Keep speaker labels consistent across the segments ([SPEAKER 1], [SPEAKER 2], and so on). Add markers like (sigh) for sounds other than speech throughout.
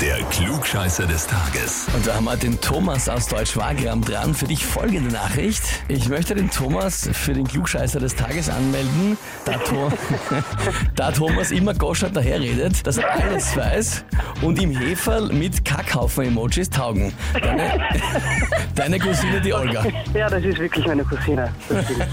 [SPEAKER 1] Der Klugscheißer des Tages.
[SPEAKER 2] Und da haben wir den Thomas aus Deutschwagram dran. Für dich folgende Nachricht. Ich möchte den Thomas für den Klugscheißer des Tages anmelden, da, Tho- (laughs) da Thomas immer goschert daherredet, dass er alles weiß und ihm Heferl mit Kackhaufen-Emojis taugen. Deine, (laughs) deine Cousine, die Olga.
[SPEAKER 3] Ja, das ist wirklich meine Cousine. Das stimmt.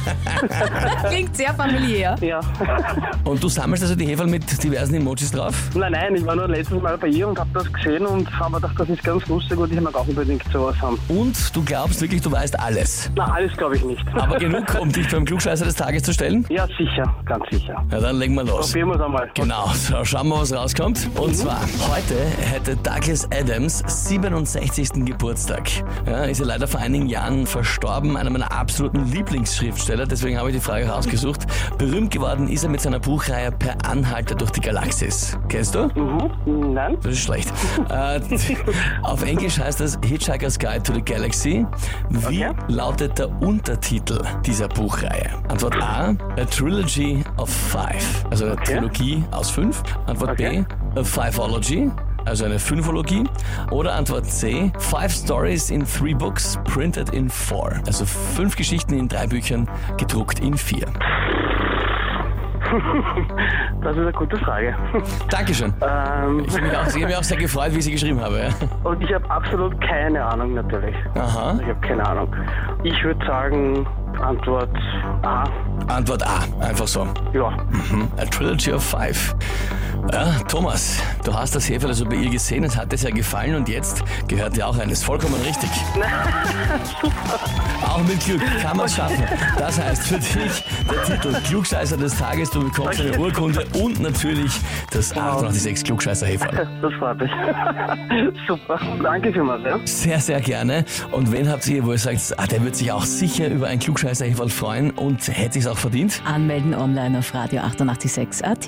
[SPEAKER 4] Klingt sehr familiär.
[SPEAKER 3] ja. (laughs)
[SPEAKER 2] Und du sammelst also die Heferl mit diversen Emojis drauf?
[SPEAKER 3] Nein, nein, ich war nur letztes Mal bei ihr und habe das gesehen und habe mir gedacht, das ist ganz lustig und ich mag auch unbedingt sowas haben.
[SPEAKER 2] Und du glaubst wirklich, du weißt alles.
[SPEAKER 3] Na, alles glaube ich nicht. (laughs)
[SPEAKER 2] Aber genug, um dich beim Klugscheißer des Tages zu stellen?
[SPEAKER 3] Ja, sicher, ganz sicher.
[SPEAKER 2] Na dann legen wir los.
[SPEAKER 3] Probieren wir es einmal.
[SPEAKER 2] Genau, so schauen wir, was rauskommt. Und zwar, heute hätte Douglas Adams 67. Geburtstag. Ja, ist ja leider vor einigen Jahren verstorben, einer meiner absoluten Lieblingsschriftsteller, deswegen habe ich die Frage rausgesucht. Berühmt geworden ist er mit seiner Buchreihe Per Anhalter durch die Galaxis. Kennst du?
[SPEAKER 3] Mhm. Nein?
[SPEAKER 2] Das ist schlecht. äh, auf Englisch heißt das Hitchhiker's Guide to the Galaxy. Wie
[SPEAKER 3] Okay.
[SPEAKER 2] lautet der Untertitel dieser Buchreihe? Antwort A, A Trilogy of Five, also eine Trilogie aus fünf. Antwort
[SPEAKER 3] Okay.
[SPEAKER 2] B, A Fiveology. Also eine Fünfologie. Oder Antwort C, Five Stories in Three Books, printed in four. Also fünf Geschichten in drei Büchern, gedruckt in vier.
[SPEAKER 3] Das ist eine gute Frage. (laughs)
[SPEAKER 2] Dankeschön.
[SPEAKER 3] Ähm,
[SPEAKER 2] Ich habe mich, auch- ich hab mich auch sehr gefreut, wie ich sie geschrieben habe. ja.
[SPEAKER 3] und ich habe absolut keine Ahnung natürlich.
[SPEAKER 2] Aha.
[SPEAKER 3] Ich habe keine Ahnung. Ich würde sagen, Antwort A.
[SPEAKER 2] Antwort A, einfach so.
[SPEAKER 3] Ja.
[SPEAKER 2] A Trilogy of Five. Ja, Thomas, du hast das Heferl also bei ihr gesehen, es hat es ja gefallen und jetzt gehört dir auch eines. Vollkommen richtig. auch mit Glück kann man es schaffen. Das heißt für dich der Titel Klugscheißer des Tages, du bekommst eine Urkunde und natürlich das 886 Klugscheißer Heferl.
[SPEAKER 3] Das (laughs) freut mich. Super. Danke vielmals, ja?
[SPEAKER 2] Sehr, sehr gerne. Und wen habt ihr, wo ihr sagt, ah, der wird sich auch sicher über ein Klugscheißer Heferl freuen und hätte sich's auch verdient?
[SPEAKER 4] Anmelden online auf Radio 886 AT.